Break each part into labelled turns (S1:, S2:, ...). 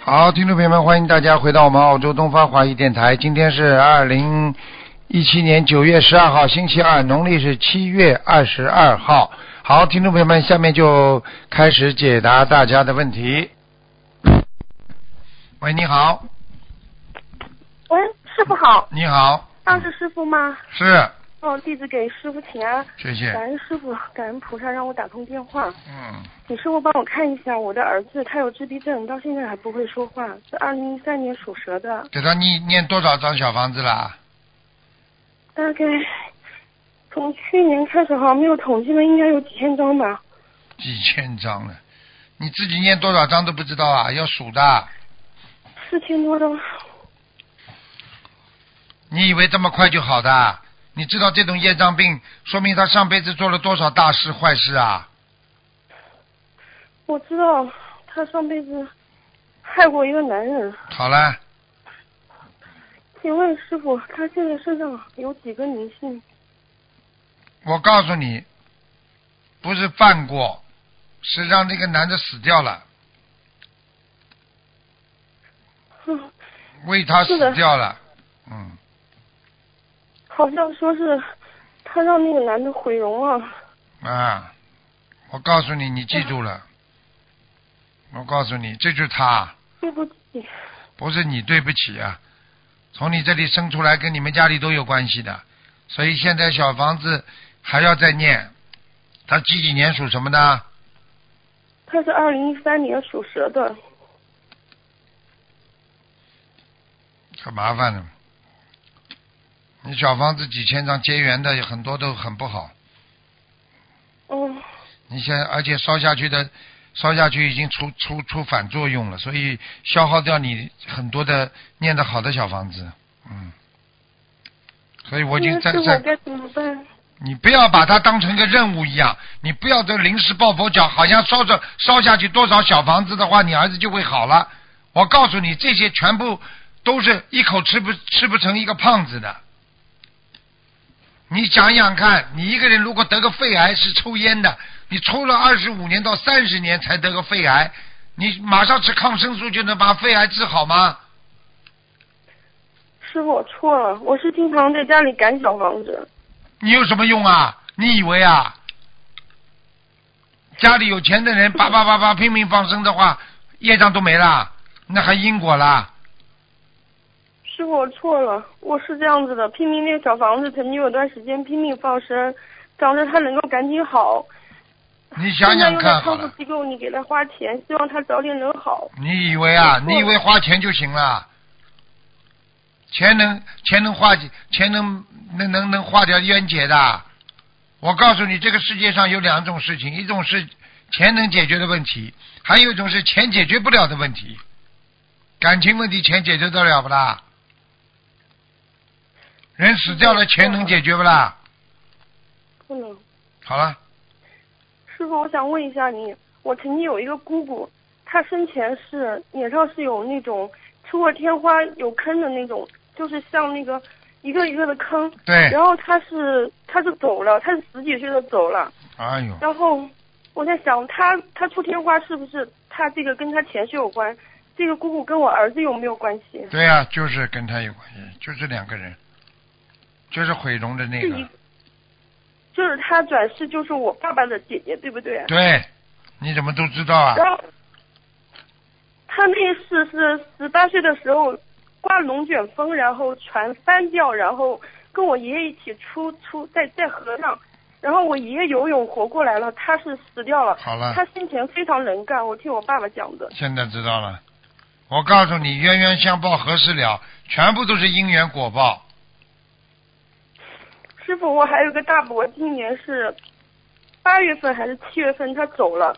S1: 好，听众朋友们，欢迎大家回到我们澳洲东方华语电台。今天是二零一七年九月十二号，星期二，农历是七月二十二号。好，听众朋友们，下面就开始解答大家的问题。喂，你好，
S2: 喂，哎师傅好，
S1: 你好，
S2: 那是师傅吗？
S1: 是，
S2: 哦，弟子给师傅请安，
S1: 谢
S2: 感
S1: 谢，
S2: 恩师傅，感恩菩萨让我打通电话。
S1: 嗯，
S2: 请师傅帮我看一下我的儿子，他有自闭症，到现在还不会说话，是二零一三年属蛇的，
S1: 给他念念多少张小房子啦？
S2: 大概从去年开始好像没有统计了，应该有几千张吧。
S1: 几千张了，你自己念多少张都不知道啊？要数的，
S2: 四千多张，
S1: 你以为这么快就好的？你知道这种业障病，说明他上辈子做了多少大事坏事啊？
S2: 我知道他上辈子害过一个男人。
S1: 好了，
S2: 请问师傅，他现在身上有几个灵性？
S1: 我告诉你，不是犯过，是让那个男的死掉了，
S2: 哼，
S1: 为他死
S2: 是的
S1: 掉了。嗯，
S2: 好像说是他让那个男的毁容了。
S1: 啊，我告诉你，你记住了。我告诉你，这就是他，
S2: 对不起，
S1: 不是你对不起啊。从你这里生出来，跟你们家里都有关系的，所以现在小房子还要再念。他几几年属什么的？
S2: 他是二零一三年属蛇的，
S1: 可麻烦了。你小房子几千张结缘的很多都很不好，
S2: 嗯，
S1: 你现在而且烧下去的，烧下去已经出出出反作用了，所以消耗掉你很多的念的好的小房子，嗯。所以我已经在
S2: 那师
S1: 在
S2: 傅该怎么办？
S1: 你不要把它当成一个任务一样，你不要这临时抱佛脚，好像烧着烧下去多少小房子的话，你儿子就会好了。我告诉你，这些全部都是一口吃不吃不成一个胖子的。你想想看，你一个人如果得个肺癌是抽烟的，你抽了二十五年到三十年才得个肺癌，你马上吃抗生素就能把肺癌治好吗？
S2: 师傅，我错了，我是经常在家里赶小房子，
S1: 你有什么用啊？你以为啊？家里有钱的人 叭叭叭叭拼命放生的话，业障都没啦，那还因果啦？
S2: 师傅，我错了，我是这样子的，拼命练小房子，曾经有段时间拼命放生，想着他能够赶紧好。
S1: 你想想
S2: 现在又在
S1: 看好
S2: 康复
S1: 了，
S2: 机构，你给他花钱，希望他早点能好。
S1: 你以为啊？
S2: 我错了
S1: 你以为花钱就行了？钱能钱能化解，钱能能能能化掉冤结的。我告诉你，这个世界上有两种事情，一种是钱能解决的问题，还有一种是钱解决不了的问题。感情问题钱解决得了不啦？人死掉了，钱能解决不啦？
S2: 不能，
S1: 好了，
S2: 师傅，我想问一下你，我曾经有一个姑姑，她生前是脸上是有那种吃过天花有坑的那种，就是像那个一个一个的坑。
S1: 对，
S2: 然后她是她是走了，她是十几岁的走了。
S1: 哎呦，
S2: 然后我在想，她她出天花是不是她这个跟她前世有关？这个姑姑跟我儿子有没有关系？
S1: 对呀、就是跟他有关系，就是两个人，就是毁容的那
S2: 是
S1: 个
S2: 一，，就是她转世就是我爸爸的姐姐，对不对？
S1: 对，你怎么都知道啊？
S2: 然后他那次是十八岁的时候刮龙卷风，然后船翻掉，然后跟我爷爷一起出出在在河上，然后我爷爷游泳活过来了，他是死掉了。
S1: 好了，
S2: 他生前非常能干，我听我爸爸讲的。
S1: 现在知道了。我告诉你，冤冤相报何时了？全部都是因缘果报。
S2: 师傅，我还有个大伯，今年是八月份还是七月份他走了，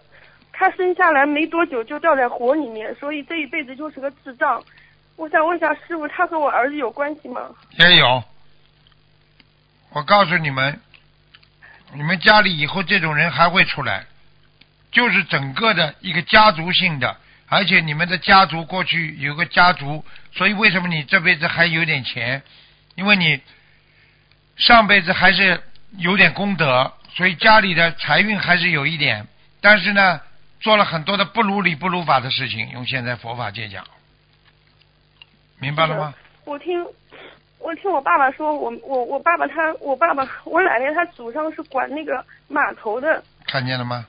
S2: 他生下来没多久就掉在火里面，所以这一辈子就是个智障。我想问一下师傅，他和我儿子有关系吗？
S1: 也有。我告诉你们，你们家里以后这种人还会出来，就是整个的一个家族性的，而且你们的家族过去有个家族，所以为什么你这辈子还有点钱？因为你上辈子还是有点功德，所以家里的财运还是有一点，但是呢，做了很多的不如理不如法的事情，用现在佛法界讲，明白了吗？
S2: 我听我听我爸爸说，我我我爸爸他我爸 爸我奶奶他祖上是管那个码头的，
S1: 看见了吗？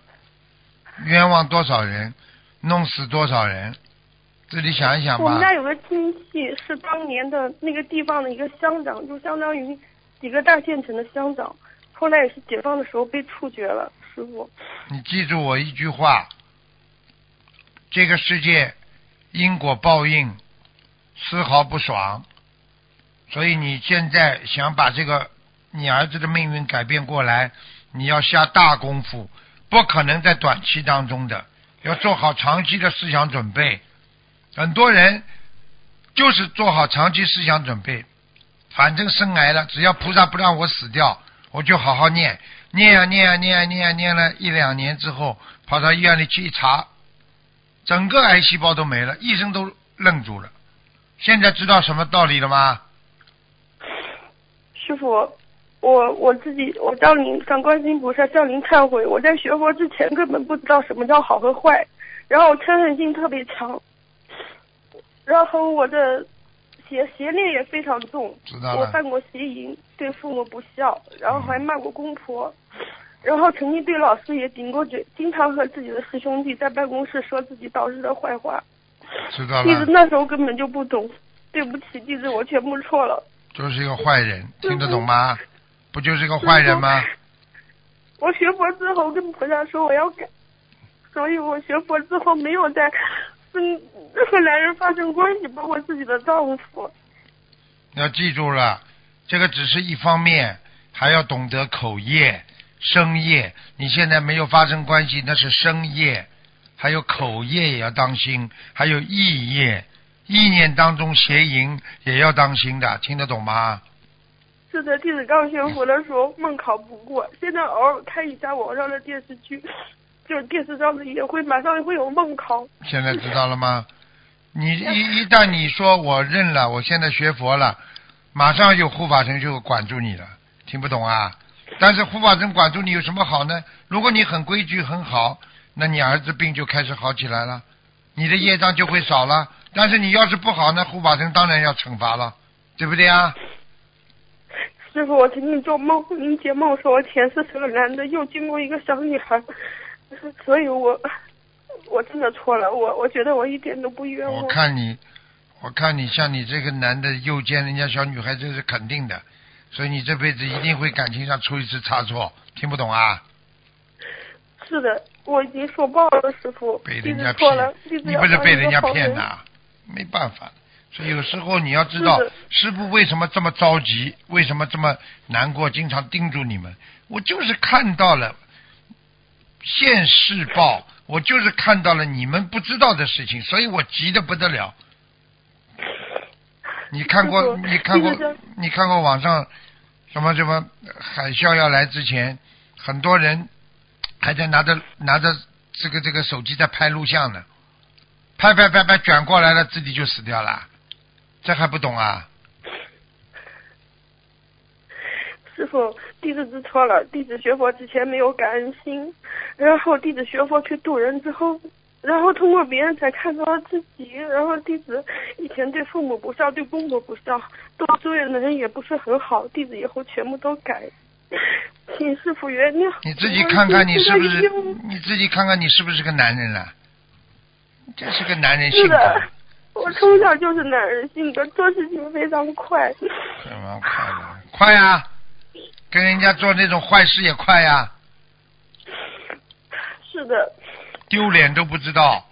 S1: 冤枉多少人，弄死多少人，自己想一想
S2: 我们
S1: 吧。
S2: 家有个亲戚是当年的那个地方的一个乡长，就相当于几个大县城的乡长，后来也是解放的时候被处决了。师傅，
S1: 你记住我一句话：这个世界因果报应丝毫不爽，所以你现在想把这个你儿子的命运改变过来，你要下大功夫，不可能在短期当中的，要做好长期的思想准备。很多人就是做好长期思想准备，反正生癌了，只要菩萨不让我死掉，我就好好念，念呀、念呀、啊念呀、念呀、念了一两年之后，跑到医院里去一查，整个癌细胞都没了，医生都愣住了。现在知道什么道理了吗？
S2: 师傅，我我自己我向您向观世音菩萨向您忏悔，我在学佛之前根本不知道什么叫好和坏，然后嗔恨心特别强，然后我的邪邪念也非常重，
S1: 知道
S2: 我
S1: 了。
S2: 犯过邪淫，对父母不孝，然后还骂过公婆，然后曾经对老师也顶过嘴，经常和自己的师兄弟在办公室说自己导师的坏话。
S1: 知道
S2: 弟
S1: 了，
S2: 子那时候根本就不懂，对不起，弟子我全部错了。
S1: 就是一个坏人，听得懂吗？不就是一个坏人吗？
S2: 我学佛之后跟菩萨说我要改，所以我学佛之后没有再跟任何男人发生关系，包括自己的丈夫。
S1: 要记住了，这个只是一方面，还要懂得口业、身业。你现在没有发生关系，那是身业，还有口业也要当心，还有意业，意念当中邪淫也要当心的，听得懂吗？
S2: 是的，弟子刚学佛的时候梦考不过，现在偶尔看一下网上的电视剧，就是电视上的也会马上会有梦考。
S1: 现在知道了吗？你一一旦你说我认了，我现在学佛了，马上有护法神就管住你了，听不懂啊？但是护法神管住你有什么好呢？如果你很规矩很好，那你儿子病就开始好起来了，你的业障就会少了。但是你要是不好呢，护法神当然要惩罚了，对不对啊？
S2: 师傅，我曾经做梦，您解梦说我前世是个男的，又经过一个小女孩， 所以我我真的错了，我我觉得我一点都不冤
S1: 我
S2: 枉。
S1: 看你，我看你像你这个男的右肩人家小女孩，这是肯定的，所以你这辈子一定会感情上出一次差错，听不懂啊？
S2: 是的，我已经说爆了，师傅。
S1: 被
S2: 弟
S1: 人
S2: 子
S1: 家
S2: 错了
S1: 骗，，
S2: 弟子
S1: 你
S2: 要
S1: 不是
S2: 当
S1: 被
S2: 一个
S1: 人家
S2: 好
S1: 骗
S2: 人
S1: 的 啊，没办法。所以有时候你要知道
S2: 是的，
S1: 师傅为什么这么着急，为什么这么难过，经常叮嘱你们。我就是看到了现世报，我就是看到了你们不知道的事情，所以我急得不得了。你看过
S2: 师傅
S1: 你看过
S2: 弟子
S1: 你看过网上什么什么海啸要来之前，很多人还在拿着拿着这个这个手机在拍录像呢，拍拍拍拍卷过来了，自己就死掉了，这还不懂啊？
S2: 师傅，弟子知错了。弟子学佛之前没有感恩心，然后弟子学佛去度人之后，然后通过别人才看到了自己。然后弟子以前对父母不孝，对公婆不孝，对周围的人也不是很好。弟子以后全部都改， 请师傅原谅。
S1: 你自
S2: 嗯
S1: 己看看你是不
S2: 我已
S1: 是
S2: 经
S1: 你自己看看你是不是个男人了？这是个男人性
S2: 是
S1: 格，
S2: 的，我从小就是男人性格，做事情非常快。
S1: 什么快的？快呀、跟人家做那种坏事也快啊呀、
S2: 是的，
S1: 丢脸都不知道。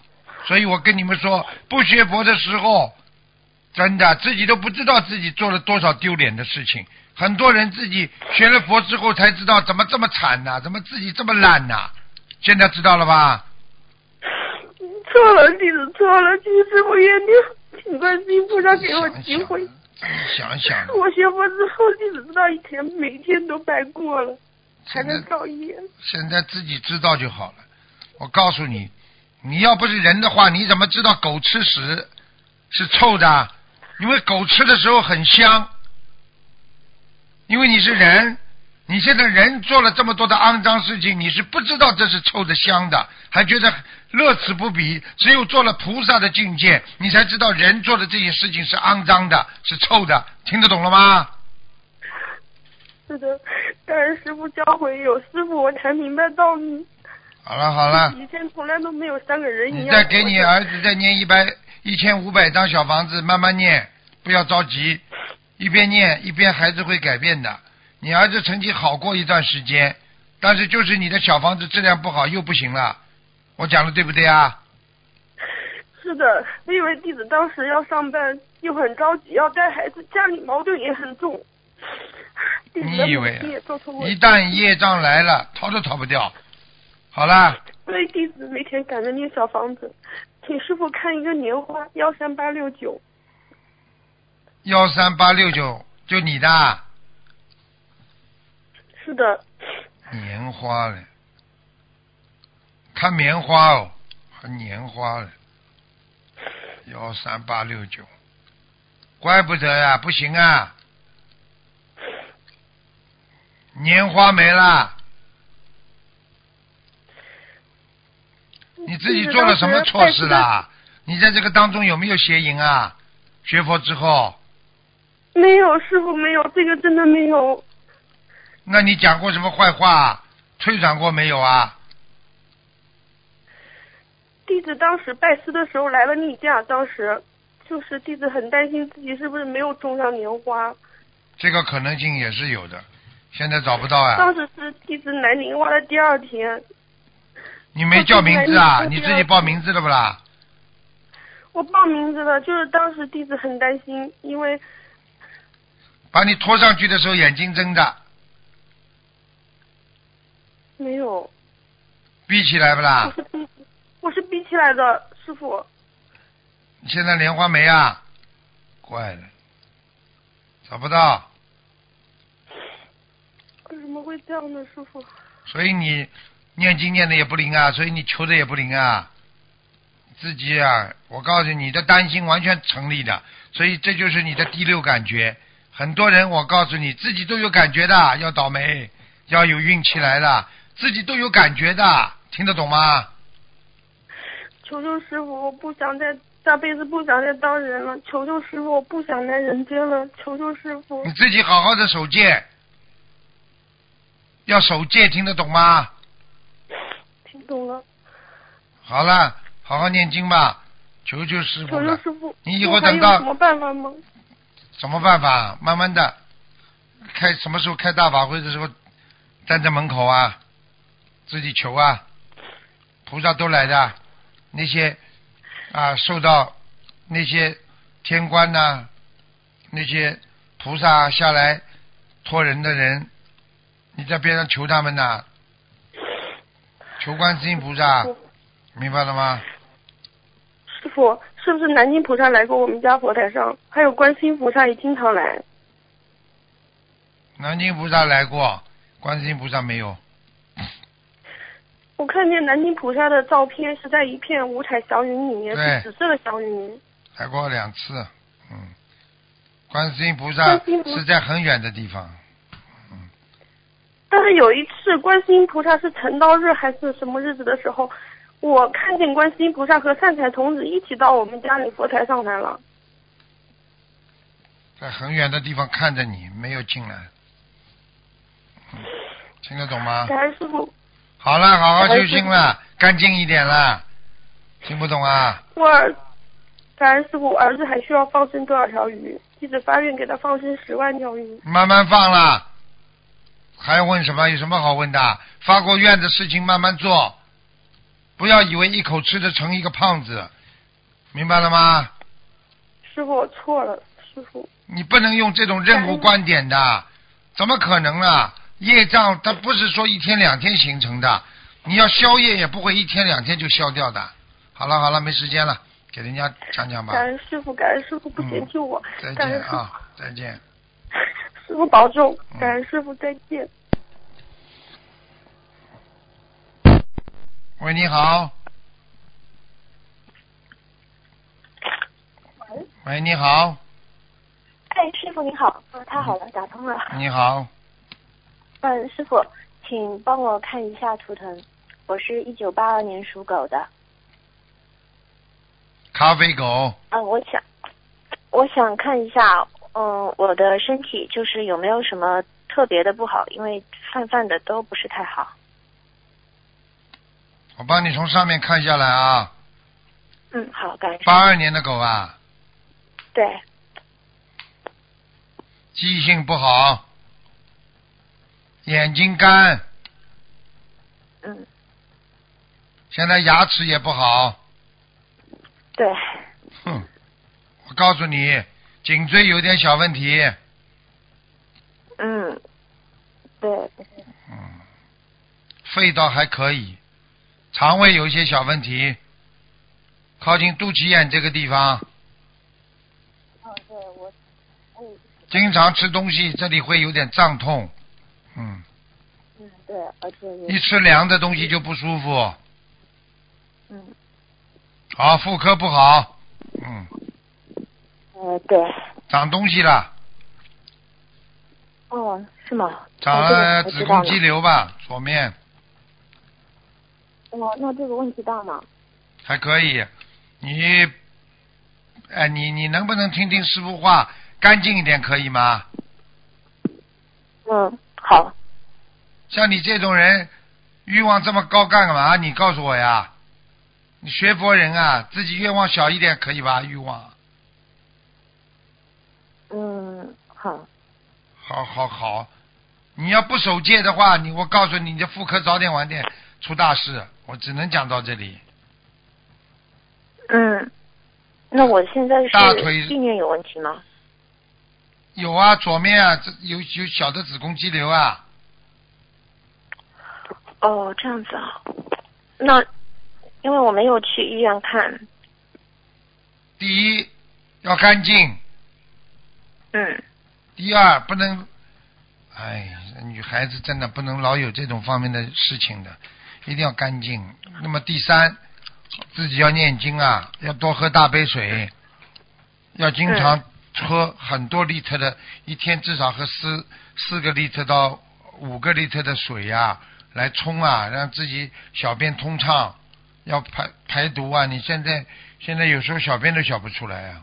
S1: 所以我跟你们说，不学佛的时候，真的自己都不知道自己做了多少丢脸的事情。很多人自己学了佛之后才知道怎么这么惨呐、怎么自己这么烂呐、现在知道了吧？
S2: 错了，弟子错了，请师傅原谅，请观世音菩萨给我机会。
S1: 想一想，自己想一想，
S2: 我学佛之后，弟子知道以前每天都白过了，还
S1: 现在
S2: 能造业。
S1: 现在自己知道就好了。我告诉你，你要不是人的话，你怎么知道狗吃屎是臭的？啊因为狗吃的时候很香，因为你是人，你现在人做了这么多的肮脏事情，你是不知道这是臭的香的，还觉得乐此不彼。只有做了菩萨的境界，你才知道人做的这些事情是肮脏的，是臭的。听得懂了吗？
S2: 是的，感恩师傅教诲，有师傅我才明白道理。
S1: 好了好了，
S2: 以前从来都没有像个人一
S1: 你
S2: 样。
S1: 再给你儿子再念一百一千五百张小房子，慢慢念，不要着急，一边念一边孩子会改变的。你儿子成绩好过一段时间，但是就是你的小房子质量不好又不行了。我讲的对不对啊？
S2: 是的，那位弟子当时要上班，又很着急要带孩子，家里矛盾也很重。弟子的
S1: 你以为
S2: 母亲也做错过
S1: 一旦业障来了，逃都逃不掉。好啦，
S2: 所以弟子每天赶着念小房子，请师傅看一个莲花幺三八六九。
S1: 幺三八六九就你的啊
S2: 是的，
S1: 棉花了，看棉花哦，还棉花了，幺三八六九，怪不得呀、不行啊，年花没啦，你自己做了什么错事啦？你在这个当中有没有邪淫啊？学佛之后，
S2: 没有，师傅没有，这个真的没有。
S1: 那你讲过什么坏话？退转过没有啊？
S2: 弟子当时拜师的时候来了例假，当时就是弟子很担心自己是不是没有种上莲花。
S1: 这个可能性也是有的，现在找不到呀、
S2: 当时是弟子来莲花的第二天，
S1: 你没叫名字啊？
S2: 我
S1: 你
S2: 不知
S1: 自
S2: 道
S1: 己报名字了不啦？
S2: 我报名字了，就是当时弟子很担心，因为
S1: 把你拖上去的时候眼睛睁着，
S2: 没有，
S1: 闭起来不
S2: 我
S1: 啦？
S2: 是逼，我是逼起来的，师傅。
S1: 现在莲花没啊？怪了，找不到，
S2: 为什么会这样呢，师傅？
S1: 所以你念经念的也不灵啊，所以你求的也不灵啊。自己啊，我告诉你，你的担心完全成立的，所以这就是你的第六感觉。很多人，我告诉你，自己都有感觉的，要倒霉，要有运气来了，自己都有感觉的，听得懂吗？
S2: 求求师傅，我不想再下辈子不想再当人了。求求师傅，我不想来人间了。求求师傅
S1: 你，自己好好的守戒，要守戒，听得懂吗？
S2: 听懂了。
S1: 好了，好好念经吧，求求师傅
S2: 求求
S1: 了。
S2: 师傅，
S1: 你以后
S2: 我还
S1: 等
S2: 有
S1: 到
S2: 什么办法吗？
S1: 什么办法？慢慢的，开什么时候开大法会的时候，站在门口啊，自己求啊，菩萨都来的，那些啊受到那些天官呐、那些菩萨下来托人的人，你在边上求他们呐、求观世音菩萨
S2: 师，傅
S1: 明白了吗？
S2: 师傅，是不是南京菩萨来过我们家佛台上？还有观世音菩萨也经常来。
S1: 南京菩萨来过，观世音菩萨没有。
S2: 我看见南京菩萨的照片是在一片五彩祥云里面，
S1: 对
S2: 是紫色的祥云。
S1: 来过两次，嗯，观世音菩萨
S2: 观世音菩萨
S1: 是在很远的地方，
S2: 但是有一次，观世音菩萨是成道日还是什么日子的时候，我看见观世音菩萨和善财童子一起到我们家里佛台上来了。
S1: 在很远的地方看着你，没有进来，嗯听得懂吗？
S2: 感恩师傅，
S1: 好了，好好
S2: 感
S1: 修
S2: 恩
S1: 心了，干净一点啦，听不懂啊？
S2: 我儿，感恩师傅，我儿子还需要放生多少条鱼？弟子发愿给他放生十万条鱼。
S1: 慢慢放啦，还要问什么？有什么好问的？发过愿的事情慢慢做，不要以为一口吃的成一个胖子，明白了吗？
S2: 师傅，我错了，师傅。
S1: 你不能用这种任务观点的，怎么可能啊？业障它不是说一天两天形成的，你要消业也不会一天两天就消掉的。好了好了，没时间了，给人家讲讲吧。
S2: 感恩师傅，感恩师傅不嫌弃我，
S1: 再
S2: 感恩
S1: 见
S2: 师
S1: 啊
S2: 傅，，
S1: 再见。
S2: 师傅保重，
S1: 嗯
S2: 感恩师傅再见。
S1: 喂，你好。喂，你好，
S3: 哎，师傅您好，嗯，太好了，打通了。
S1: 你好，
S3: 嗯，师傅，请帮我看一下图腾。我是一九八二年属狗的，
S1: 咖啡狗，
S3: 嗯，我想，我想看一下，嗯，我的身体就是有没有什么特别的不好，因为泛泛的都不是太好。
S1: 我帮你从上面看下来啊，
S3: 嗯，好，感谢。
S1: 八二年的狗啊，
S3: 对，
S1: 记忆性不好，眼睛干，
S3: 嗯，
S1: 现在牙齿也不好，
S3: 对，
S1: 哼，我告诉你，颈椎有点小问题，
S3: 嗯，对，
S1: 肺倒还可以，肠胃有一些小问题，靠近肚脐眼这个地方。经常吃东西，这里会有点胀痛，嗯，
S3: 嗯，对，而且
S1: 一吃凉的东西就不舒服，
S3: 嗯，
S1: 好，妇科不好，嗯，
S3: 呃，对，
S1: 长东西了，
S3: 哦，是吗？
S1: 长
S3: 哦这个
S1: 了
S3: 我
S1: 子
S3: 知道
S1: 宫
S3: 了
S1: 肌瘤吧，左面
S3: 哦，那这个问题大吗？
S1: 还可以，你，哎，你你能不能听听师傅话，干净一点可以吗？
S3: 嗯，好，
S1: 像你这种人，欲望这么高干嘛？你告诉我呀！你学佛人啊，自己愿望小一点可以吧？欲望，
S3: 嗯，好，
S1: 好好好。你要不守戒的话，你我告诉你，你的妇科早点晚点出大事。我只能讲到这里。
S3: 嗯，那我现在
S1: 大腿
S3: 是意念有问题吗？
S1: 有啊，左面啊，这有有小的子宫肌瘤啊，
S3: 哦，这样子啊，那因为我没有去医院看，
S1: 第一要干净，
S3: 嗯，
S1: 第二不能，哎，女孩子真的不能老有这种方面的事情的，一定要干净。那么第三，自己要念经啊，要多喝大杯水，要经常喝很多 liter 的，一天至少喝四四个 liter 到五个 liter 的水呀、来冲啊，让自己小便通畅，要排排毒啊。你现在现在有时候小便都小不出来啊。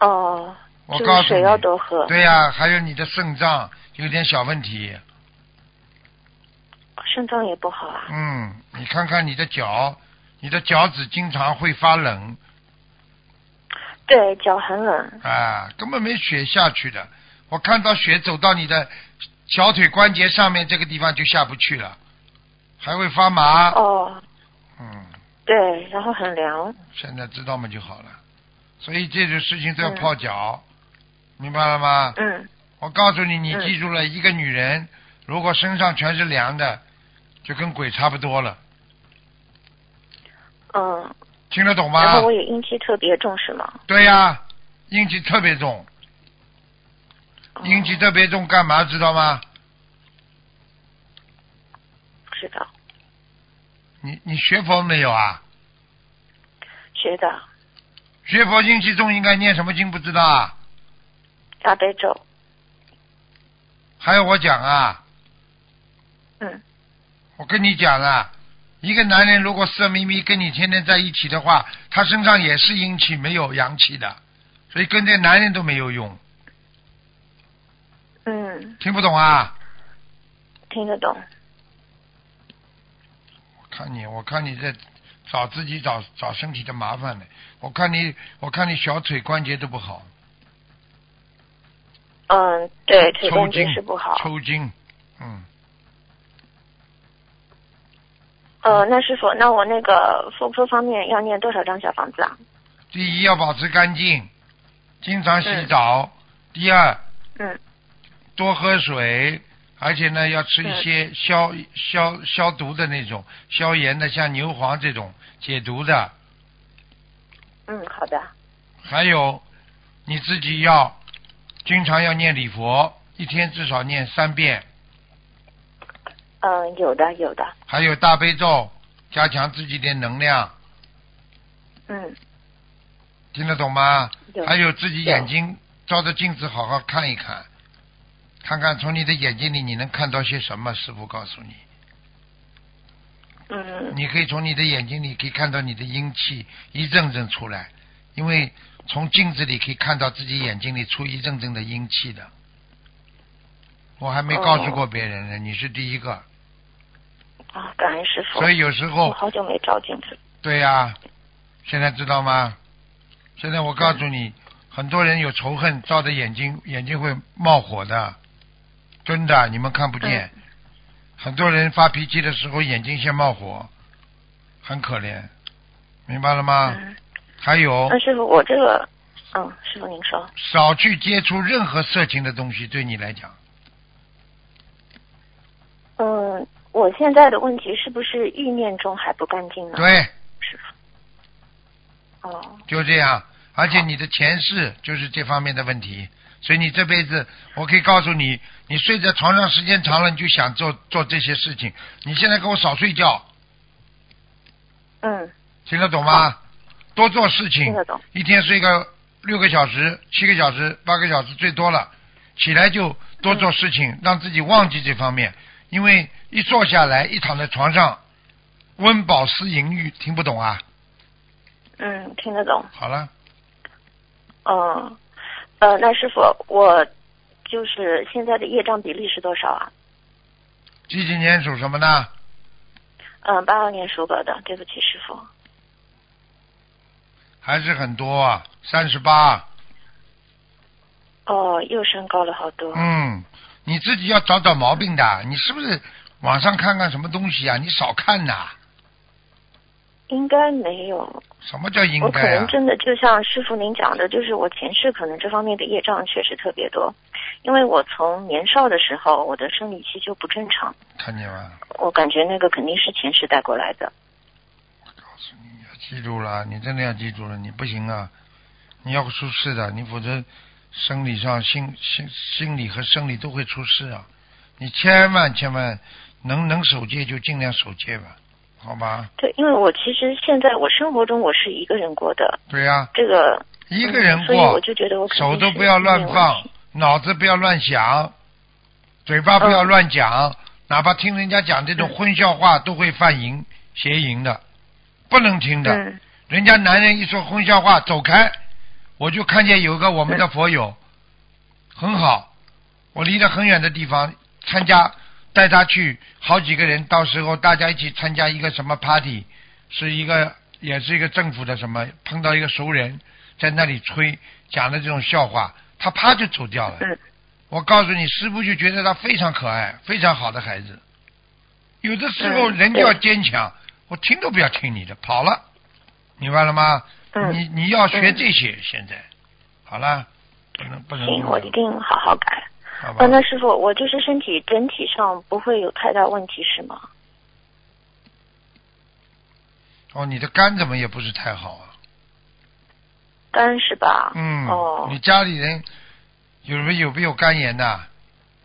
S3: 哦，
S1: 我
S3: 就
S1: 告诉
S3: 是水
S1: 你，
S3: 要多喝，
S1: 对呀、还有你的肾脏有点小问题，
S3: 肾脏也不好啊。
S1: 嗯，你看看你的脚，你的脚趾经常会发冷
S3: 对，脚很冷，
S1: 啊，根本没血下去的。我看到血走到你的小腿关节上面这个地方就下不去了，还会发麻。
S3: 哦，
S1: 嗯，
S3: 对，然后很凉，
S1: 现在知道嘛就好了。所以这种事情都要
S3: 嗯
S1: 泡脚，明白了吗？
S3: 嗯，
S1: 我告诉你，你
S3: 嗯
S1: 记住了，一个女人如果身上全是凉的，就跟鬼差不多了。
S3: 嗯，
S1: 听得懂
S3: 然
S1: 吗
S3: 后？我也阴气特别重，是吗？
S1: 对呀、阴气特别重，
S3: 哦
S1: 阴气特别重，干嘛知道吗？
S3: 不知道，
S1: 你你学佛没有啊？
S3: 学的
S1: 学佛阴气重应该念什么经不知道啊？
S3: 大悲咒，
S1: 还有我讲啊，
S3: 嗯，
S1: 我跟你讲啊，一个男人如果色眯眯跟你天天在一起的话，他身上也是阴气没有阳气的，所以跟这男人都没有用，
S3: 嗯，
S1: 听不懂啊？
S3: 听得懂，
S1: 我看你，我看你在找自己找找身体的麻烦呢，我看你，我看你小腿关节都不好。
S3: 嗯，对，腿
S1: 抽
S3: 关
S1: 筋
S3: 节是不好，
S1: 抽筋，嗯，
S3: 呃，那师傅，那我那个妇科方面要念多少张小房子啊？
S1: 第一要保持干净，经常洗
S3: 嗯
S1: 澡；第二
S3: 嗯，
S1: 多喝水，而且呢要吃一些消、消消毒的那种消炎的，像牛黄这种解毒的。
S3: 嗯，好的，
S1: 还有你自己要经常要念礼佛，一天至少念三遍，
S3: 嗯，有的，有的，
S1: 还有大悲咒，加强自己点能量，
S3: 嗯，
S1: 听得懂吗？
S3: 有
S1: 还，有自己眼睛照着镜子好好看一看，看看从你的眼睛里你能看到些什么？师傅告诉你，
S3: 嗯
S1: 你可以从你的眼睛里可以看到你的阴气一阵阵出来，因为从镜子里可以看到自己眼睛里出一阵阵的阴气的。我还没
S3: 哦
S1: 告诉过别人呢，你是第一个，
S3: 啊，感恩师傅。
S1: 所以哦有时候
S3: 我好久没照镜子了。
S1: 对呀、现在知道吗？现在我告诉你，很多人有仇恨，照着眼睛，眼睛会冒火的，真的，你们看不见。很多人发脾气的时候，眼睛先冒火，很可怜，明白了吗？
S3: 嗯，呃
S1: 还有
S3: 那，师傅，我这个，嗯，师傅您说，
S1: 少去接触任何色情的东西，对你来讲，
S3: 嗯，我现在的问题是不是意念中还不干净呢？，
S1: 对，
S3: 师傅。哦，
S1: 就这样。而且你的前世就是这方面的问题，所以你这辈子，我可以告诉你，你睡在床上时间长了，你就想做做这些事情。你现在给我少睡觉，
S3: 嗯，
S1: 听得懂吗？多做事情
S3: 听，得懂。
S1: 一天睡个六个小时、七个小时、八个小时最多了，起来就多做事情，让自己忘记这方面。因为一坐下来，一躺在床上，温饱思淫欲，听不懂啊？
S3: 嗯，听得懂。
S1: 好了，
S3: 嗯，呃，那师傅，我就是现在的业障比例是多少啊？
S1: 几几年属什么呢？
S3: 嗯，八二年属狗的，对不起，师傅。
S1: 还是很多啊，三十八。
S3: 哦，又升高了好多。
S1: 嗯，你自己要找找毛病的，你是不是网上看看什么东西啊？你少看呐、
S3: 应该没有，
S1: 什么叫应
S3: 我可
S1: 该啊
S3: 能？真的就像师傅您讲的，就是我前世可能这方面的业障确实特别多，因为我从年少的时候我的生理期就不正常，
S1: 看见吗？
S3: 我感觉那个肯定是前世带过来的。
S1: 告诉你，你要记住了，你真的要记住了，你不行啊，你要出事的，你否则生理上、心心心理和生理都会出事啊！你千万千万能能守戒就尽量守戒吧，好吧？
S3: 对，因为我其实现在我生活中我是一个人过的，
S1: 对呀、
S3: 这个
S1: 一个人
S3: 嗯所以
S1: 过
S3: 我，就觉得我肯定
S1: 手都
S3: 是
S1: 不要乱
S3: 没有问
S1: 放
S3: 题，
S1: 脑子不要乱想，嘴巴不要乱讲，哪怕听人家讲这种
S3: 嗯
S1: 荤笑话都会犯淫邪淫的，不能听的。
S3: 嗯
S1: 人家男人一说荤笑话，走开，我就看见有个我们
S3: 嗯
S1: 的佛友，很好，我离得很远的地方参加，带他去好几个人，到时候大家一起参加一个什么 party，是一个也是一个政府的什么，碰到一个熟人在那里吹讲的这种笑话，他啪就走掉了。
S3: 嗯
S1: 我告诉你，师傅就觉得他非常可爱，非常好的孩子。有的时候
S3: 嗯
S1: 人就要
S3: 对
S1: 坚强，我听都不要听你的，跑了，明白了吗？
S3: 嗯
S1: 你你要学
S3: 嗯
S1: 这些，现在好了，不能不能
S3: 行，我一
S1: 用
S3: 定好好改。
S1: 嗯好吧
S3: 呃，？那师傅，我就是身体整体上不会有太大问题是吗？
S1: 哦，你的肝怎么也不是太好啊？
S3: 肝是吧？
S1: 嗯，
S3: 哦
S1: 你，家里人有没有没有肝炎呐？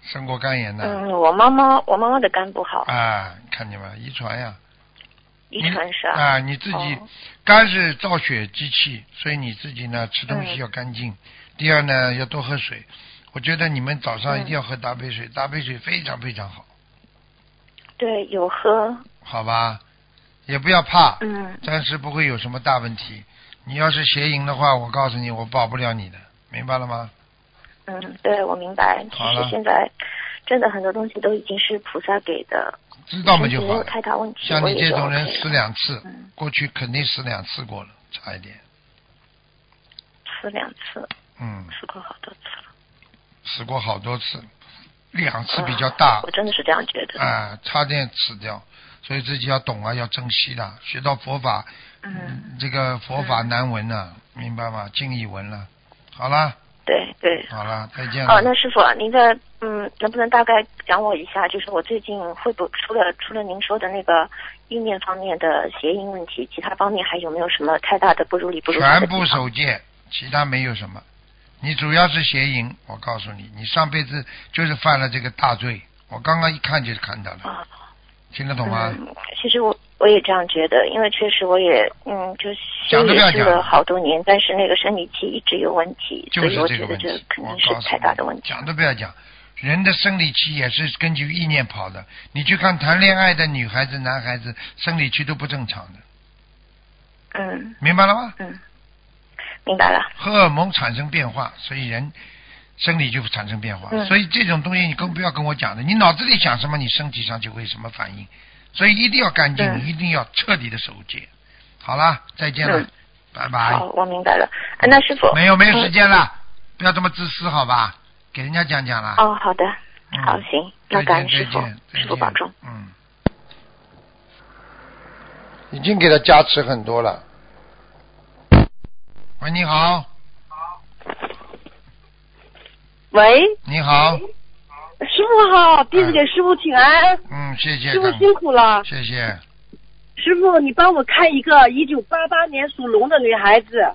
S1: 生过肝炎呐？
S3: 嗯，我妈妈我妈妈的肝不好，
S1: 啊，看见吗？遗传呀。
S3: 遗
S1: 你
S3: 传是
S1: 啊，你自己
S3: 哦
S1: 肝是造血机器，所以你自己呢吃东西
S3: 嗯
S1: 要干净。第二呢，要多喝水。我觉得你们早上一定
S3: 嗯
S1: 要喝大杯水，大杯水非常非常好，
S3: 对，有喝，
S1: 好吧？也不要怕，
S3: 嗯，
S1: 暂时不会有什么大问题。你要是邪淫的话，我告诉你，我保不了你的，明白了吗？
S3: 嗯，对，我明白。其
S1: 好了
S3: 实现在真的很多东西都已经是菩萨给的，
S1: 知道嘛就
S3: 身体没
S1: 好
S3: 有
S1: 了。
S3: 太大问题。
S1: 像
S3: 我
S1: 你
S3: 也
S1: 这
S3: 就
S1: 种人
S3: OK 了
S1: 死两次，
S3: 嗯
S1: 过去肯定死两次过了，差一点。
S3: 死两次，
S1: 嗯，
S3: 死过好多次了。
S1: 死过好多次，两次比较大
S3: 啊。我真的是这样觉得。
S1: 啊，差点死掉，所以自己要懂啊，要珍惜的，学到佛法，
S3: 嗯，
S1: 这个佛法难闻呐、明白吗？敬意闻了，好啦，
S3: 对对。
S1: 好啦，再见了。
S3: 哦，那师傅，您再嗯，能不能大概讲我一下，就是我最近会不除了除了您说的那个意念方面的谐音问题，其他方面还有没有什么太大的不如理不如法的
S1: 全
S3: 地方
S1: 部守戒，其他没有什么。你主要是邪淫，我告诉你，你上辈子就是犯了这个大罪。我刚刚一看就看到了，
S3: 啊，
S1: 听得懂吗？
S3: 嗯，其实我我也这样觉得，因为确实我也嗯，就修
S1: 讲都不要
S3: 也
S1: 讲
S3: 修了好多年，但是那个生理期一直有问题，
S1: 就是
S3: 所以我
S1: 这个
S3: 觉得
S1: 问
S3: 这
S1: 题，
S3: 肯
S1: 我
S3: 定
S1: 告
S3: 是
S1: 诉
S3: 太大的
S1: 你
S3: 问题。
S1: 讲都不要讲，人的生理期也是根据意念跑的。你去看谈恋爱的女孩子、男孩子，生理期都不正常的，
S3: 嗯
S1: 明白了吗？
S3: 嗯，明白了。
S1: 荷尔蒙产生变化，所以人生理就产生变化。
S3: 嗯
S1: 所以这种东西你更不要跟我讲的，你脑子里想什么，你身体上就会什么反应。所以一定要干净，
S3: 嗯
S1: 一定要彻底的守戒。好啦，再见了，
S3: 嗯
S1: 拜拜。
S3: 好，我明白了。啊、那师傅
S1: 哎没有没有时间
S3: 嗯
S1: 了，不要这么自私好吧？给人家讲讲了。
S3: 哦，好的，
S1: 嗯
S3: 好，行，那
S1: 再见
S3: 感恩
S1: 再
S3: 师傅
S1: 见，再
S3: 师傅
S1: 见
S3: 保重。
S1: 嗯，已经给他加持很多了。喂，你好，
S4: 喂，
S1: 你好，
S4: 师傅好，弟子给师傅请安，
S1: 嗯，谢谢
S4: 师，傅
S1: 感
S4: 辛苦了。
S1: 谢谢。
S4: 师傅，你帮我看一个一九八八年属龙的女孩子，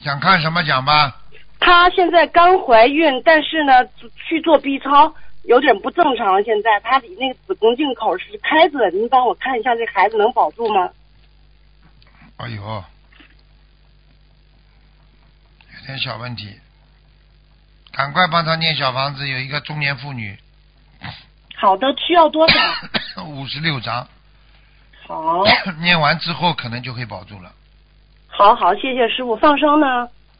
S1: 想看什么讲吧？
S4: 她现在刚怀孕，但是呢去做 B 超有点不正常，现在她离那个子宫颈口是开着的，您帮我看一下这孩子能保住吗？
S1: 哎呦，有点小问题，赶快帮他念小房子。有一个中年妇女，
S4: 好的，需要 多少？
S1: 五十六章，
S4: 好，
S1: 念完之后可能就会保住了。
S4: 好好，谢谢师傅。放生呢？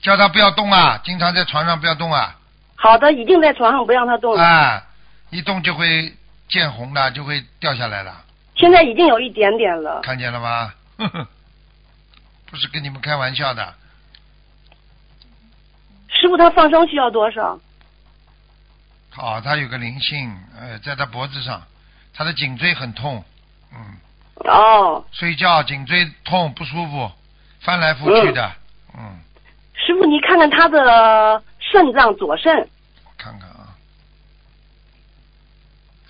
S1: 叫他不要动啊，经常在床上不要动啊，
S4: 好的，一定在床上不让她动。
S1: 啊，一动就会见红的，就会掉下来了，
S4: 现在已经有一点点了。
S1: 看见了吗？ 呵呵不是跟你们开玩笑的，
S4: 师傅，她放生需要多少？
S1: 好、他有个灵性，呃，在他脖子上，他的颈椎很痛，嗯，
S4: 哦，
S1: 睡觉颈椎痛不舒服，翻来覆去的，嗯，
S4: 师傅，你看看他的肾脏，左肾
S1: 我看看啊，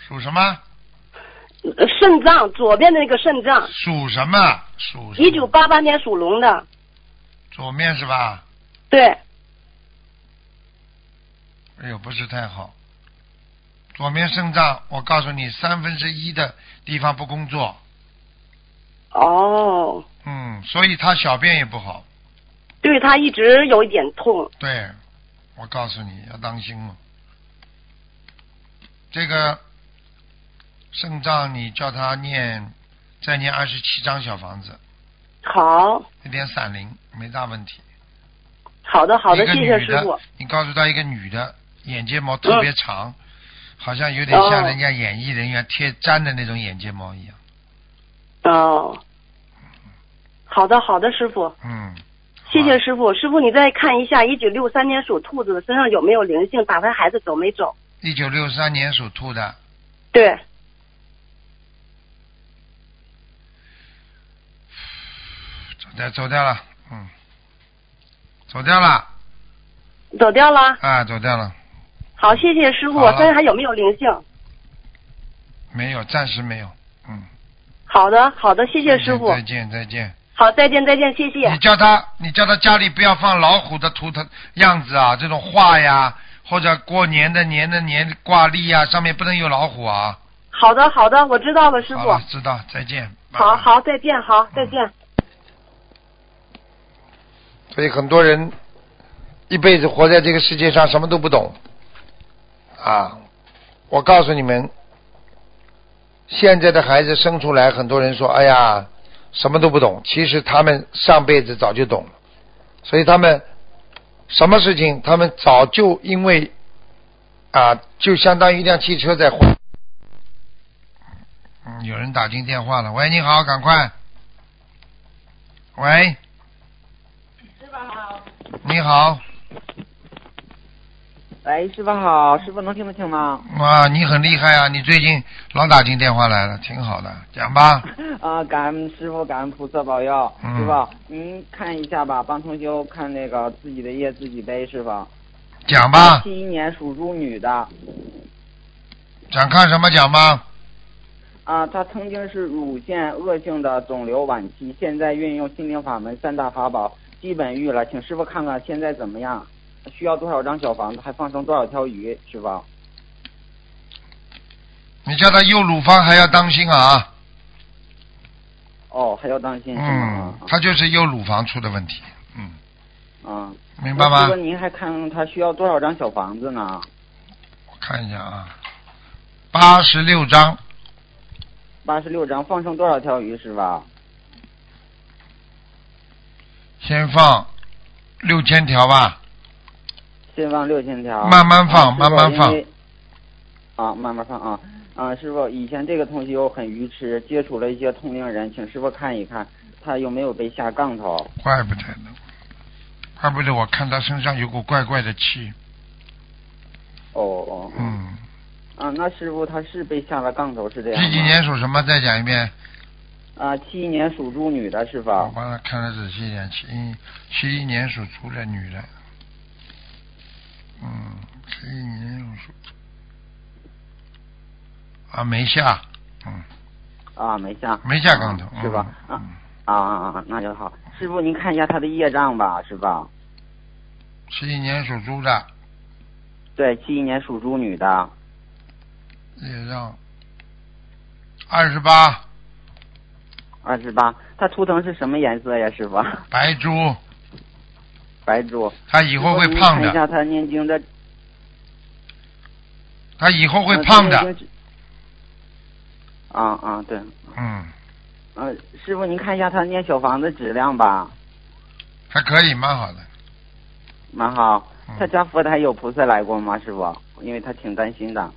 S1: 属什么？
S4: 呃肾脏左边的那个肾脏，
S1: 属什么？属什么
S4: 一九八八年属龙的，
S1: 左面是吧？
S4: 对，
S1: 哎呦，不是太好。左面肾脏，我告诉你，三分之一的地方不工作，
S4: 哦，
S1: 嗯，所以他小便也不好。
S4: 对他一直有一点痛，
S1: 对，我告诉你要当心了。这个肾脏，你叫他念，再念二十七张小房子，
S4: 好，
S1: 一点散灵没大问题。
S4: 好的，好
S1: 一
S4: 的，
S1: 个
S4: 谢
S1: 女
S4: 谢
S1: 的，
S4: 师傅，嗯
S1: 你告诉他一个女的，眼睫毛特别长，好像有点像
S4: 哦
S1: 人家演艺人员贴粘的那种眼睫毛一样。
S4: 哦，好的，好的，师傅，
S1: 嗯，
S4: 谢
S1: 好
S4: 谢师傅，师傅你再看一下一九六三年属兔子的身上有没有灵性，打胎孩子走没走？
S1: 一九六三年属兔的，
S4: 对，
S1: 走掉走掉了，嗯，走掉了
S4: 走掉了，
S1: 啊，走掉了，
S4: 好，谢谢师傅
S1: 好了，
S4: 身上还有没有灵性？
S1: 没有，暂时没有，嗯，
S4: 好的，好的，谢谢师傅
S1: 再，见再见。
S4: 好，再见，再见，谢谢。
S1: 你叫他，你叫他家里不要放老虎的图腾样子啊，这种画呀，或者过年的年的年挂历啊，上面不能有老虎啊。
S4: 好的，好的，我知道了，师
S1: 好
S4: 傅
S1: 了。，知道，再见。拜拜
S4: 好。好，再见，好，再见。
S1: 所以很多人一辈子活在这个世界上，什么都不懂啊！我告诉你们，现在的孩子生出来，很多人说：“哎呀，什么都不懂。”其实他们上辈子早就懂了，所以他们什么事情，他们早就因为啊，就相当于一辆汽车在换。嗯，有人打进电话了。喂，你好，赶快。喂。你好，
S5: 喂，哎师傅好，师傅能听得清吗？
S1: 哇，你很厉害啊！你最近老打进电话来了，挺好的，讲吧。
S5: 啊，感恩师傅，感恩菩萨保佑，
S1: 嗯
S5: 师傅，您看一下吧，帮同修看那个自己的业自己背，师傅。
S1: 讲吧，
S5: 七一年属猪女的，
S1: 想看什么讲吧。
S5: 啊，她曾经是乳腺恶性的肿瘤晚期，现在运用心灵法门三大法宝基本愈了，请师傅看看现在怎么样，需要多少张小房子，还放生多少条鱼，师傅？
S1: 你叫他右乳房还要当心啊，
S5: 哦，还要当心，是
S1: 嗯
S5: 吗，？
S1: 他就是右乳房出的问题，嗯，
S5: 啊，
S1: 明白吗
S5: 那师傅，？您还看她需要多少张小房子呢？
S1: 我看一下啊，八十六章，
S5: 八十六张，放生多少条鱼是吧？
S1: 先放六千条吧。
S5: 先放六千条。
S1: 慢慢放
S5: 啊
S1: 慢慢。
S5: 师
S1: 放
S5: 傅因为啊，慢慢放啊啊！师傅，以前这个同学我很愚痴，接触了一些同龄人，请师傅看一看他有没有被下杠头。
S1: 怪不得呢，怪不得我看他身上有股怪怪的气。
S5: 哦哦。
S1: 嗯，
S5: 啊，那师傅他是被下了杠头是这样吗
S1: 几几年属什么？再讲一遍。
S5: 啊，七一年属猪女的是
S1: 我
S5: 吧？
S1: 帮他看的仔细一点，七一七一年属猪的女的，嗯，七一年属猪，啊，没下，嗯，
S5: 啊，没下。
S1: 没下杠头，
S5: 是吧？
S1: 嗯
S5: 啊啊啊啊，那就好。师傅，您看一下他的业障吧，是吧？
S1: 七一年属猪的，
S5: 对，七一年属猪女的，
S1: 也让二十八
S5: 二十八。她图腾是什么颜色呀，师傅？
S1: 白猪，
S5: 白猪。
S1: 她以后会
S5: 师傅您
S1: 胖
S5: 看一
S1: 的，
S5: 下他念经的。
S1: 她以后会胖
S5: 呃。他
S1: 的
S5: 念，经是啊啊，对，
S1: 嗯，
S5: 呃，师傅您看一下他念小房子质量吧，
S1: 还可以，蛮好的，
S5: 蛮好。他
S1: 嗯，
S5: 家佛台有菩萨来过吗，师傅？因为他挺担心的。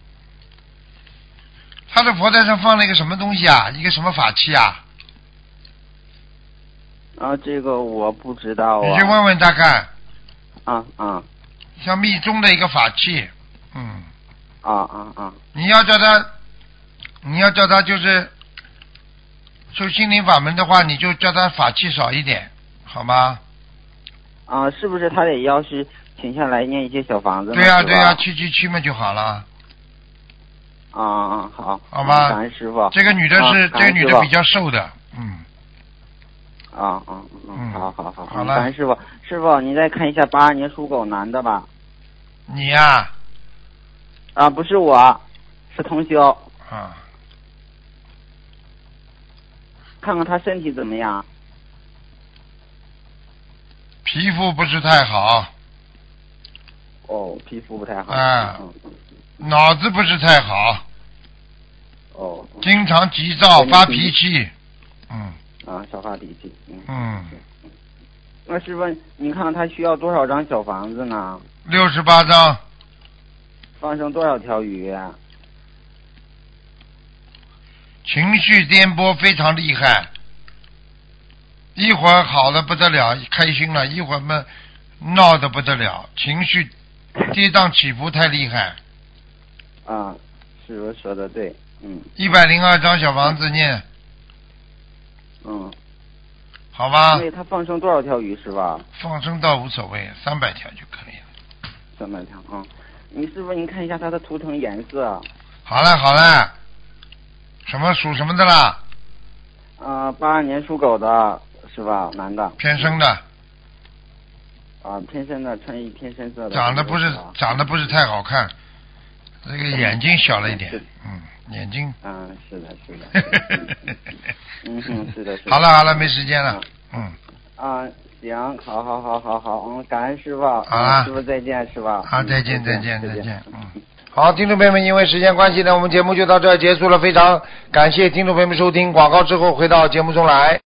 S1: 她的佛台上放了一个什么东西啊？一个什么法器啊？
S5: 啊，这个我不知道
S1: 你
S5: 啊。
S1: 去问问她看，
S5: 啊啊
S1: 像密宗的一个法器，嗯。
S5: 啊啊啊！
S1: 你要叫他，你要叫他就是修心灵法门的话，你就叫他法器少一点，好吗？
S5: 啊，是不是他得要是停下来念一些小房子呢？
S1: 对呀、
S5: 是吧
S1: 对呀、七七七嘛就好了。
S5: 啊啊，好，
S1: 好吧
S5: 感恩师傅。
S1: 这个女的是、
S5: 啊
S1: 这个女的比。
S5: 感恩师
S1: 较瘦的，嗯，
S5: 傅啊啊
S1: 嗯
S5: 嗯，好好好，
S1: 好了
S5: 感恩师傅，师傅您再看一下八二年属狗男的吧。
S1: 你呀
S5: 啊，不是我，是同哦修，
S1: 啊
S5: 看看他身体怎么样。
S1: 皮肤不是太好，
S5: 哦，皮肤不太好。
S1: 啊
S5: 嗯嗯
S1: 脑子不是太好，
S5: 哦。
S1: 经常急躁
S5: 嗯
S1: 发脾气，嗯，
S5: 啊，少发脾气。嗯。
S1: 嗯。
S5: 那师傅，您看看他需要多少张小房子呢？
S1: 六十八张，
S5: 放生多少条鱼啊？
S1: 情绪颠簸非常厉害，一会儿好的不得了，开心了；一会儿嘛闹得不得了，情绪跌宕起伏太厉害。
S5: 啊，师傅说的对，嗯
S1: 一百零二张小房子念，
S5: 嗯，
S1: 好吧
S5: 所，以他放生多少条鱼是吧？
S1: 放生倒无所谓，三百条就可以了。
S5: 三百条啊。你师傅，您看一下它的图腾颜色啊
S1: 好了好了，什么属什么的啦？，
S5: 啊八二年属狗的是吧？男的
S1: 偏生的，
S5: 啊，偏深的，穿一偏深色的。
S1: 长得不是
S5: 吧
S1: 长得不是太好看，这个眼睛小了一点
S5: 是，
S1: 嗯，眼睛。
S5: 嗯，是的，是 的。嗯嗯，是的，是的。
S1: 好了好了，没时间了，嗯。
S5: 啊，行，好好好好好，嗯，感恩师傅，啊
S1: 啊
S5: 师傅再见，师傅。
S1: 好
S5: 嗯
S1: 再见
S5: 再
S1: 再见
S5: 再
S1: 再见
S5: 见。
S1: 嗯好，听众朋友们，因为时间关系呢，我们节目就到这儿结束了。非常感谢听众朋友们收听广告之后回到节目中来。